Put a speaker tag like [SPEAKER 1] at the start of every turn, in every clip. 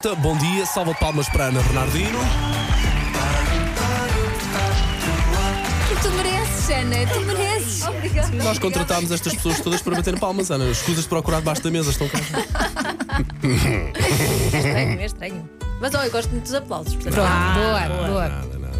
[SPEAKER 1] Tá, Bom dia, salva de palmas para Ana Bernardino.
[SPEAKER 2] Porque tu mereces, Ana, tu mereces. Obrigada.
[SPEAKER 1] Nós contratámos estas pessoas todas para bater palmas, Ana. Escusas de procurar debaixo da mesa, estão cá. um.
[SPEAKER 3] Estranho, é estranho. Mas olha, eu gosto muito dos aplausos. portanto. Ah,
[SPEAKER 2] Pronto, boa, boa.
[SPEAKER 1] Nada, nada.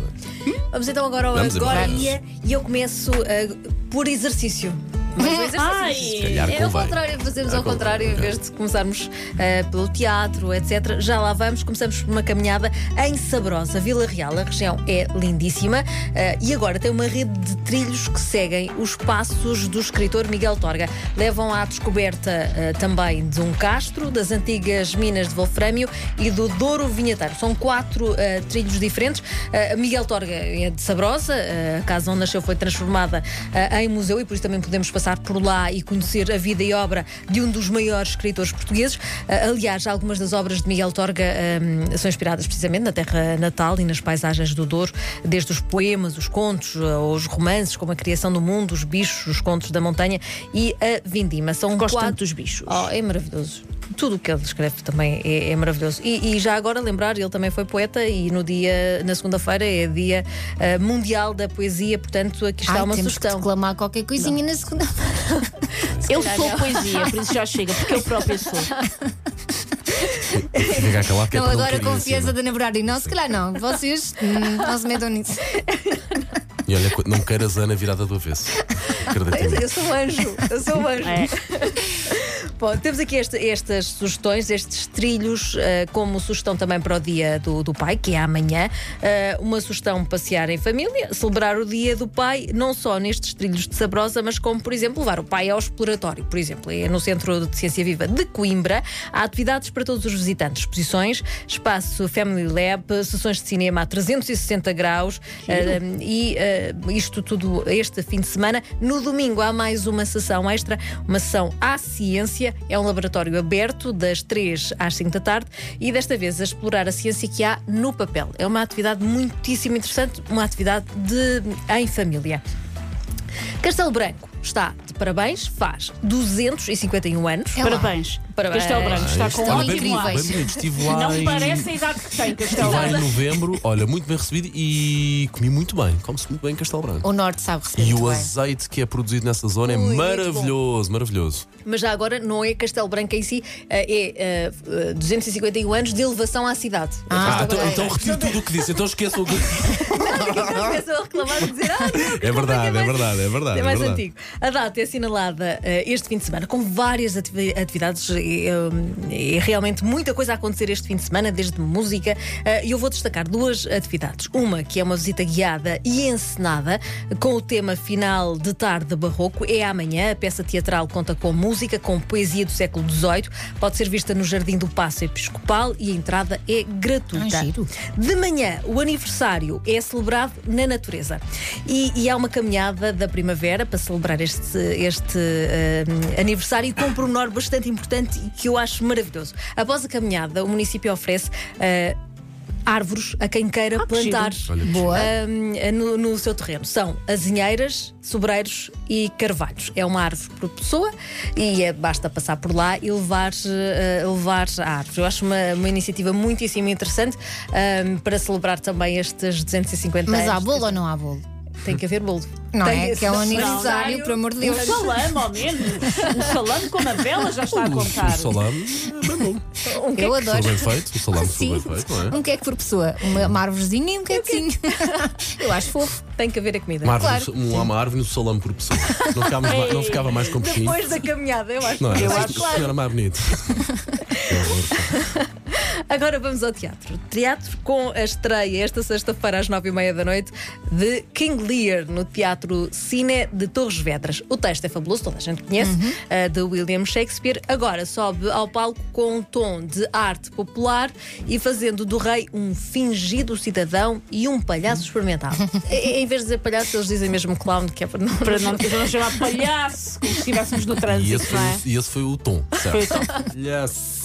[SPEAKER 3] Vamos então agora ao
[SPEAKER 1] Vamos
[SPEAKER 3] agora
[SPEAKER 1] embora.
[SPEAKER 3] ia, e eu começo ah, por exercício. Mas o exercício-
[SPEAKER 1] calhar
[SPEAKER 3] É ao
[SPEAKER 1] convém.
[SPEAKER 3] contrário, fazemos ao
[SPEAKER 1] convém,
[SPEAKER 3] contrário, em
[SPEAKER 1] ok.
[SPEAKER 3] vez de começarmos ah, pelo teatro, etc. Já lá vamos, começamos por uma caminhada em Sabrosa, Vila Real. A região é lindíssima ah, e agora tem uma rede de trilhos que seguem os passos do escritor Miguel Torga. Levam à descoberta ah, também de um castro, das antigas minas de Wolfrâmio e do Douro Vinheteiro. São quatro ah, trilhos diferentes. Ah, Miguel Torga é de Sabrosa, ah, a casa onde nasceu foi transformada ah, em museu e por isso também podemos passar por lá e conhecer a vida e obra de um dos maiores escritores portugueses. Ah, aliás, algumas das obras de Miguel Torga ah, são inspiradas precisamente na terra natal e nas paisagens do Douro, desde os poemas, os contos, ah, os romances, como A Criação do Mundo, Os Bichos, Os Contos da Montanha e A Vindima. São
[SPEAKER 4] Gosto
[SPEAKER 3] quatro...
[SPEAKER 4] tanto dos bichos.
[SPEAKER 3] Oh, é maravilhoso. Tudo o que ele escreve também é, é maravilhoso. E, e já agora lembrar, ele também foi poeta e no dia, na segunda-feira, é dia eh, mundial da poesia, portanto, aqui está
[SPEAKER 2] Ai,
[SPEAKER 3] uma
[SPEAKER 2] temos que
[SPEAKER 3] sugestão.
[SPEAKER 2] declamar qualquer coisinha na segunda.
[SPEAKER 4] eu sou poesia, por isso já chega, porque eu própria sou.
[SPEAKER 1] Fica calado que é
[SPEAKER 2] Não,
[SPEAKER 1] para não
[SPEAKER 2] agora
[SPEAKER 1] cair
[SPEAKER 2] a
[SPEAKER 1] em
[SPEAKER 2] confiança
[SPEAKER 1] cima.
[SPEAKER 2] da Ana Bernardino. Não, se calhar não. Vocês hum, não se metam nisso.
[SPEAKER 1] E olha, não queiras a Ana virada do avesso. Acredito em mim.
[SPEAKER 3] Eu sou um anjo, eu sou um anjo.
[SPEAKER 4] É.
[SPEAKER 3] Bom, temos aqui esta- estas sugestões, estes trilhos, eh, como sugestão também para o Dia do, do Pai, que é amanhã. Eh, uma sugestão passear em família, celebrar o Dia do Pai, não só nestes trilhos de Sabrosa, mas como, por exemplo, levar o pai ao exploratório, por exemplo, é no Centro de Ciência Viva de Coimbra. Há atividades para todos os visitantes, exposições, espaço Family Lab, sessões de cinema a 360 graus eh, e eh, isto tudo este fim de semana. No domingo há mais uma sessão extra, uma sessão à ciência. É um laboratório aberto das 3 às 5 da tarde e desta vez a explorar a ciência que há no papel. É uma atividade muitíssimo interessante, uma atividade de, em família. Castelo Branco está de parabéns, faz 251 anos.
[SPEAKER 2] É lá.
[SPEAKER 4] Parabéns.
[SPEAKER 3] Parabéns.
[SPEAKER 4] Castelo Branco está com
[SPEAKER 1] É Olha,
[SPEAKER 2] Olha,
[SPEAKER 1] bem bonito,
[SPEAKER 4] ótimo ar.
[SPEAKER 1] bem bonito. Estive lá
[SPEAKER 4] Não
[SPEAKER 1] em...
[SPEAKER 4] parece a idade que tem, Castelo
[SPEAKER 1] Estive lá em
[SPEAKER 4] Branco.
[SPEAKER 1] novembro, olha, muito bem recebido e comi muito bem. Come-se muito bem em Castelo Branco.
[SPEAKER 2] O Norte sabe receber.
[SPEAKER 1] E
[SPEAKER 2] Oh, muito
[SPEAKER 1] o
[SPEAKER 2] bem.
[SPEAKER 1] azeite que é produzido nessa zona
[SPEAKER 3] Ui,
[SPEAKER 1] é
[SPEAKER 3] muito bom.
[SPEAKER 1] maravilhoso, maravilhoso.
[SPEAKER 3] Mas já agora não é Castelo Branco em si, eh, é eh, 251 anos de elevação à cidade.
[SPEAKER 1] Ah,
[SPEAKER 2] Ah,
[SPEAKER 1] então,
[SPEAKER 2] bem.
[SPEAKER 1] então retiro tudo o que disse, então esqueçam o que
[SPEAKER 3] Começam a reclamar e dizer, ah, não,
[SPEAKER 1] É verdade, é verdade, é verdade.
[SPEAKER 3] É mais
[SPEAKER 1] é verdade.
[SPEAKER 3] antigo. A data é assinalada eh, este fim de semana, com várias ativi- atividades e, eh, e realmente muita coisa a acontecer este fim de semana, desde música. eh, E eu vou destacar duas atividades. Uma que é uma visita guiada e encenada com o tema final de tarde barroco. É amanhã. A peça teatral conta com música, com poesia do século XVIII. Pode ser vista no Jardim do Passo Episcopal e a entrada é gratuita.
[SPEAKER 2] Ah, giro.
[SPEAKER 3] De manhã, o aniversário é celebrado na natureza. E, e há uma caminhada da primavera para celebrar este, este eh, aniversário com um pormenor bastante importante e que eu acho maravilhoso. Após a caminhada, o município oferece. eh, Árvores a quem queira
[SPEAKER 4] Ah, que giro.
[SPEAKER 3] plantar
[SPEAKER 1] Olha que
[SPEAKER 2] Boa.
[SPEAKER 3] hum, no, no seu terreno. São azinheiras, sobreiros e carvalhos. É uma árvore por pessoa e é- basta passar por lá e levar, eh, levar a árvore. Eu acho uma, uma iniciativa muitíssimo interessante hum, para celebrar também estes 250
[SPEAKER 2] Mas há
[SPEAKER 3] anos.
[SPEAKER 2] bolo ou não há bolo?
[SPEAKER 3] Tem que haver bolo.
[SPEAKER 2] Não
[SPEAKER 3] Tem-
[SPEAKER 2] é? Que é um
[SPEAKER 3] Não,
[SPEAKER 2] aniversário, pelo amor de
[SPEAKER 4] Um
[SPEAKER 2] Deus.
[SPEAKER 4] salame, ao menos. Um salame com uma vela já está a
[SPEAKER 1] O
[SPEAKER 4] contar.
[SPEAKER 1] salame, bem bom.
[SPEAKER 2] Eu
[SPEAKER 1] Foi
[SPEAKER 2] adoro.
[SPEAKER 1] bem feito, o salame foi
[SPEAKER 2] Sim.
[SPEAKER 1] bem feito, não é?
[SPEAKER 2] Um queque por pessoa. Uma, uma arvorezinha e um quequezinho. Eu acho fofo.
[SPEAKER 3] Tem que haver a comida.
[SPEAKER 1] Uma árvore, um- uma árvore no salame por pessoa. Não, ficávamos ma- não ficava mais com peixinho.
[SPEAKER 3] Depois da caminhada, eu acho.
[SPEAKER 1] um Não é?
[SPEAKER 3] eu
[SPEAKER 1] Sim,
[SPEAKER 3] acho
[SPEAKER 1] senhora mais bonito. Que horror, pá.
[SPEAKER 3] Agora vamos ao teatro. Teatro com a estreia esta sexta-feira às nove e meia da noite de King Lear no Teatro Cine de Torres Vedras. O texto é fabuloso, toda a gente conhece, eh, de William Shakespeare. Agora sobe ao palco com um tom de arte popular e fazendo do rei um fingido cidadão e um palhaço experimental. E- em vez de dizer palhaço, eles dizem mesmo clown, que é para não.
[SPEAKER 4] Para não para não chamar palhaço, como se estivéssemos no
[SPEAKER 1] E esse,
[SPEAKER 4] trânsito,
[SPEAKER 1] foi,
[SPEAKER 4] não é?
[SPEAKER 1] o- e esse foi o tom, certo?
[SPEAKER 4] Foi o
[SPEAKER 1] Yes.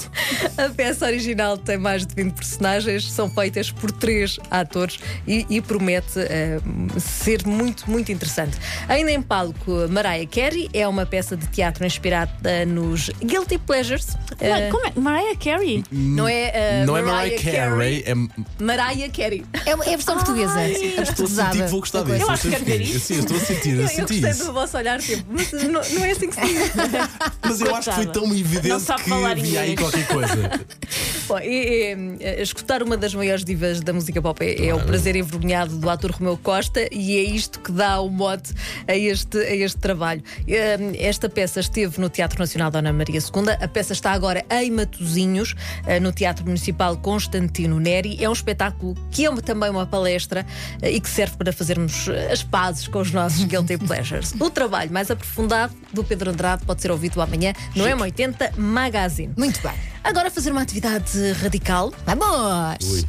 [SPEAKER 3] A peça original tem mais de 20 personagens, são feitas por três atores e, e promete eh, ser muito, muito interessante. Ainda em palco, Mariah Carey é uma peça de teatro inspirada nos Guilty Pleasures.
[SPEAKER 4] Como é-
[SPEAKER 3] Eh,
[SPEAKER 4] como é? Mariah Carey?
[SPEAKER 3] não é,
[SPEAKER 4] Uh,
[SPEAKER 3] eh,
[SPEAKER 1] Não é Mariah Carey, é.
[SPEAKER 3] Mariah Carey.
[SPEAKER 2] É, é a versão portuguesa.
[SPEAKER 4] Ai.
[SPEAKER 2] A
[SPEAKER 1] Estou a sentir
[SPEAKER 2] portuguesada.
[SPEAKER 1] que vou gostar
[SPEAKER 2] da coisa.
[SPEAKER 1] disso.
[SPEAKER 4] Eu acho que
[SPEAKER 1] estou a
[SPEAKER 4] quero ver
[SPEAKER 1] sentir.
[SPEAKER 4] isso.
[SPEAKER 1] Sim, eu estou a sentir, eu
[SPEAKER 3] Eu, eu
[SPEAKER 1] senti
[SPEAKER 3] gostei
[SPEAKER 1] isso.
[SPEAKER 3] do vosso olhar sempre, mas não, não é assim que se diz.
[SPEAKER 1] Mas eu acho que foi tão
[SPEAKER 4] Não
[SPEAKER 1] evidente
[SPEAKER 4] sabe falar
[SPEAKER 1] que vi aí
[SPEAKER 4] inglês.
[SPEAKER 1] qualquer coisa.
[SPEAKER 3] Bom, e, e, eh, escutar uma das maiores divas da música pop é, é o prazer envergonhado do ator Romeu Costa e é isto que dá o mote a este, a este trabalho. Eh, Esta peça esteve no Teatro Nacional Dona Maria II, a peça está agora em Matosinhos, eh, no Teatro Municipal Constantino Neri. É um espetáculo que é uma- também uma palestra eh, e que serve para fazermos eh, as pazes com os nossos Guilty Pleasures. O trabalho mais aprofundado do Pedro Andrade pode ser ouvido amanhã no M80 Magazine.
[SPEAKER 2] Muito bem.
[SPEAKER 3] Agora fazer uma atividade radical,
[SPEAKER 2] Vamos!
[SPEAKER 1] Ui.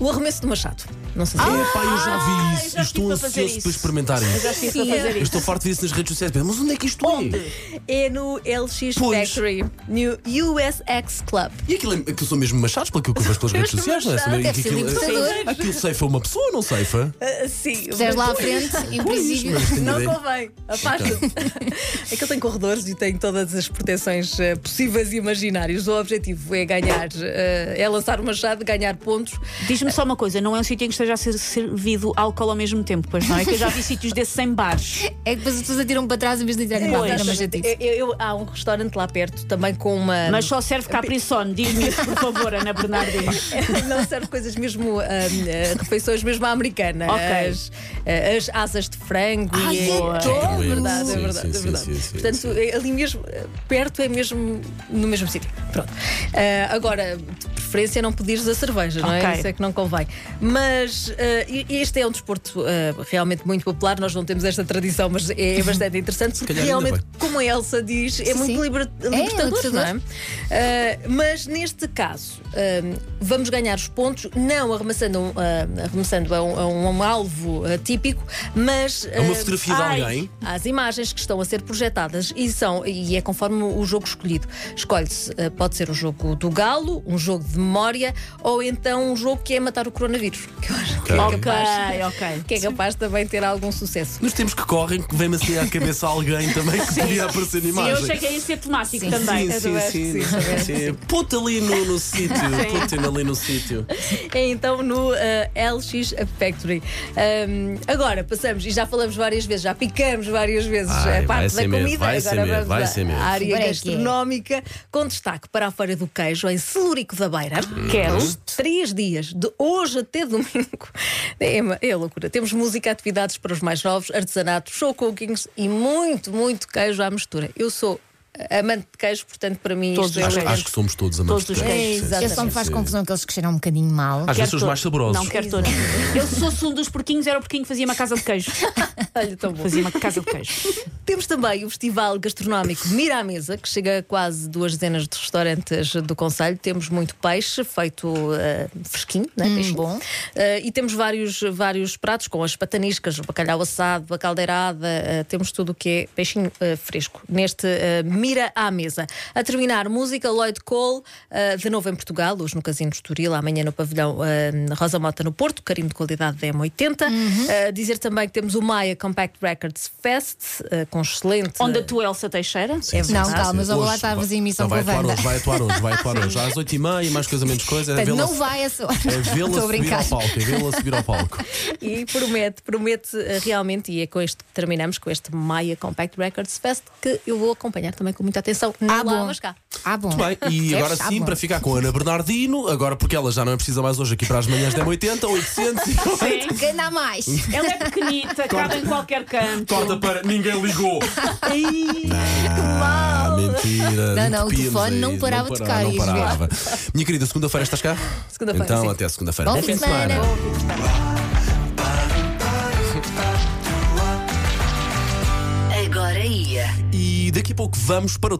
[SPEAKER 3] o arremesso do Machado. Não sei se é.
[SPEAKER 1] Epá, eu já
[SPEAKER 4] Ah,
[SPEAKER 1] vi
[SPEAKER 4] eu
[SPEAKER 1] isso. estou
[SPEAKER 4] já estive a fazer
[SPEAKER 1] ansioso
[SPEAKER 4] isso.
[SPEAKER 1] para experimentar
[SPEAKER 4] Eu já
[SPEAKER 1] isso.
[SPEAKER 4] estive a
[SPEAKER 3] Sim, é.
[SPEAKER 4] fazer
[SPEAKER 1] Eu
[SPEAKER 4] isso.
[SPEAKER 1] estou farto de ver isso nas redes sociais. Mas onde é que isto é?
[SPEAKER 3] É no LX
[SPEAKER 1] Pois.
[SPEAKER 3] Factory, no USX Club.
[SPEAKER 1] E aquilo, é- aquilo são mesmo machados pelo que eu vejo pelas redes sociais, não é? Saber que
[SPEAKER 2] Deve ser
[SPEAKER 1] aquilo, eh,
[SPEAKER 2] libertador.
[SPEAKER 1] aquilo ceifa uma pessoa, não ceifa?
[SPEAKER 3] Ah, sim,
[SPEAKER 2] Se és lá à
[SPEAKER 3] mas-
[SPEAKER 2] frente, em
[SPEAKER 1] Pois,
[SPEAKER 2] princípio.
[SPEAKER 1] mas tenho
[SPEAKER 3] Não
[SPEAKER 1] ideia.
[SPEAKER 3] convém, afasta-te. Aquilo É tem corredores e tem todas as proteções eh, possíveis e imaginárias. O objetivo é ganhar, eh, é lançar o machado, ganhar pontos.
[SPEAKER 4] Diz-me só uma coisa: não é um sítio em que esteja a ser servido álcool ao mesmo tempo, pois não? É que eu já vi sítios desses sem bares.
[SPEAKER 2] É que depois as pessoas atiram para trás em vez de atirarem para a frente. É uma chatice.
[SPEAKER 3] Eu- eu- há um restaurante lá perto também com uma.
[SPEAKER 4] Mas só serve Capricone, diz-me isso, por favor, Ana Bernardino.
[SPEAKER 3] não serve coisas mesmo, hum, eh, refeições mesmo à americana.
[SPEAKER 4] Ok.
[SPEAKER 3] As, eh, as asas de frango
[SPEAKER 2] Ai,
[SPEAKER 3] e.
[SPEAKER 2] boa.
[SPEAKER 3] É
[SPEAKER 1] Sim,
[SPEAKER 3] verdade, é
[SPEAKER 1] sim,
[SPEAKER 3] verdade,
[SPEAKER 1] sim,
[SPEAKER 3] é verdade.
[SPEAKER 1] sim, sim,
[SPEAKER 3] Portanto,
[SPEAKER 1] sim.
[SPEAKER 3] é ali mesmo, eh, perto é mesmo no mesmo sítio. Pronto. Eh, agora, de preferência, não pedires a cerveja, não é?
[SPEAKER 4] Ok.
[SPEAKER 3] Isso é que não convém. Mas eh, e- este é um desporto eh, realmente muito popular, nós não temos esta tradição, mas é, é bastante interessante porque
[SPEAKER 1] calhar ainda
[SPEAKER 3] realmente, como a Elsa diz, é
[SPEAKER 2] Sim,
[SPEAKER 3] muito
[SPEAKER 2] sim.
[SPEAKER 3] liber-
[SPEAKER 2] É,
[SPEAKER 3] libertador,
[SPEAKER 2] libertador.
[SPEAKER 3] não é? Uh, mas neste caso, um, vamos ganhar os pontos, não arremessando, um, uh, arremessando a, um, a um- a um alvo uh, típico, mas.
[SPEAKER 1] É uma
[SPEAKER 3] uh,
[SPEAKER 1] fotografia de
[SPEAKER 4] ai.
[SPEAKER 1] alguém.
[SPEAKER 3] às imagens que estão a ser projetadas e são e é conforme o jogo escolhido. Escolhe-se, uh, pode ser o jogo do galo, um jogo de memória ou então um jogo que é matar o coronavírus, que eu acho que é
[SPEAKER 1] Ok.
[SPEAKER 3] capaz,
[SPEAKER 4] Ok, ok.
[SPEAKER 3] que é capaz de também ter algum sucesso.
[SPEAKER 1] Nos tempos que correm, que vem-me assim à cabeça alguém também que podia aparecer na
[SPEAKER 4] Sim, eu
[SPEAKER 1] imagem.
[SPEAKER 4] achei que ia ser temático
[SPEAKER 2] Sim,
[SPEAKER 4] também.
[SPEAKER 1] Sim, sim,
[SPEAKER 3] também acho
[SPEAKER 1] sim,
[SPEAKER 3] que sim, também acho que
[SPEAKER 1] sim. Puta ali no, no sítio, puta ali no sítio.
[SPEAKER 3] É então no eh, LX Factory. Ahm, agora passamos, e já falamos várias vezes, já picamos várias vezes
[SPEAKER 1] Ai,
[SPEAKER 3] a
[SPEAKER 1] vai
[SPEAKER 3] parte da
[SPEAKER 1] ser medo,
[SPEAKER 3] comida,
[SPEAKER 1] vai
[SPEAKER 3] agora
[SPEAKER 1] ser medo,
[SPEAKER 3] vamos
[SPEAKER 1] vai
[SPEAKER 3] à-
[SPEAKER 1] ser medo.
[SPEAKER 3] à área
[SPEAKER 2] Agora é que é.
[SPEAKER 3] gastronómica, com destaque para a Feira do Queijo em Celúrico da Beira.
[SPEAKER 4] Quero.
[SPEAKER 3] Três dias, de hoje até domingo. É, uma- é loucura. Temos música, atividades para os mais novos, artesanato, show cookings e muito, muito queijo à mistura. Eu sou amante de queijo, portanto, para mim
[SPEAKER 4] Todos
[SPEAKER 3] isto é
[SPEAKER 4] os
[SPEAKER 1] Acho,
[SPEAKER 3] um
[SPEAKER 1] acho que somos todos amantes
[SPEAKER 4] Todos os
[SPEAKER 1] de queijo.
[SPEAKER 3] queijos.
[SPEAKER 1] Sim, sim,
[SPEAKER 2] Eu É só me
[SPEAKER 1] sim,
[SPEAKER 2] faz
[SPEAKER 1] sim.
[SPEAKER 2] confusão que eles cresceram um bocadinho mal.
[SPEAKER 1] Às vezes são os
[SPEAKER 4] todo-
[SPEAKER 1] mais saborosos.
[SPEAKER 4] Não, quero todos. Eu se fosse um dos porquinhos, era o porquinho que fazia uma casa de queijo.
[SPEAKER 3] Olha, tão bom.
[SPEAKER 4] Fazia uma casa de queijo.
[SPEAKER 3] Temos também o Festival Gastronómico Mira à Mesa, que chega a quase duas dezenas de restaurantes do Conselho. Temos muito peixe feito eh, fresquinho, né? peixe
[SPEAKER 2] bom.
[SPEAKER 3] Eh, e temos vários, vários pratos com as pataniscas, o bacalhau assado, a caldeirada, eh, temos tudo o que é peixinho eh, fresco neste eh, Mira à Mesa. A terminar, música Lloyd Cole, eh, de novo em Portugal, hoje no Casino de Estoril, amanhã no pavilhão eh, Rosa Mota no Porto, carinho de qualidade da M80.
[SPEAKER 2] Uhum.
[SPEAKER 3] Eh, dizer também que temos o Maia Compact Records Fest, eh, com excelente...
[SPEAKER 4] Onde a tua Elsa Teixeira?
[SPEAKER 1] Sim, sim,
[SPEAKER 2] Não,
[SPEAKER 1] sim,
[SPEAKER 2] calma,
[SPEAKER 1] sim.
[SPEAKER 2] eu vou lá
[SPEAKER 1] Hoje
[SPEAKER 2] estarmos
[SPEAKER 1] vai-
[SPEAKER 2] em emissão
[SPEAKER 1] não, vai
[SPEAKER 2] com a
[SPEAKER 1] atuar
[SPEAKER 2] Wanda.
[SPEAKER 1] hoje, vai atuar hoje, vai atuar hoje. Às 8h30, mais coisa, menos coisa. É
[SPEAKER 2] Portanto,
[SPEAKER 1] vê-la
[SPEAKER 2] não vai essa hora.
[SPEAKER 1] é vê-la
[SPEAKER 2] Estou a
[SPEAKER 1] subir
[SPEAKER 2] brincar.
[SPEAKER 1] ao palco, é vê-la subir ao palco.
[SPEAKER 3] E promete, promete eh, realmente, e é com este que terminamos, com este Maia Compact Records Fest, que eu vou acompanhar também com muita atenção. Não
[SPEAKER 2] Ah,
[SPEAKER 3] lá,
[SPEAKER 2] bom.
[SPEAKER 3] mas cá.
[SPEAKER 2] Ah, bom.
[SPEAKER 1] Muito bem, e
[SPEAKER 2] Percebes?
[SPEAKER 1] agora
[SPEAKER 2] Ah,
[SPEAKER 1] sim,
[SPEAKER 2] bom.
[SPEAKER 1] para ficar com a Ana Bernardino, agora porque ela já não é precisa mais hoje aqui para as manhãs da M80, 800 e
[SPEAKER 4] Sim.
[SPEAKER 2] Quem dá mais?
[SPEAKER 4] Ela é pequenita, cabe em qualquer canto.
[SPEAKER 1] corta para ninguém ligou. Ah, mentira.
[SPEAKER 2] Não, não, o
[SPEAKER 1] entupíamos
[SPEAKER 2] telefone
[SPEAKER 1] aí,
[SPEAKER 2] não parava de tocar,
[SPEAKER 1] Não
[SPEAKER 2] ias ver.
[SPEAKER 1] parava. Minha querida, segunda-feira estás cá?
[SPEAKER 3] Segunda-feira,
[SPEAKER 1] Então,
[SPEAKER 3] sim.
[SPEAKER 1] até a segunda-feira.
[SPEAKER 2] Bom fim de semana.
[SPEAKER 5] Agora ia.
[SPEAKER 1] E daqui a pouco vamos para o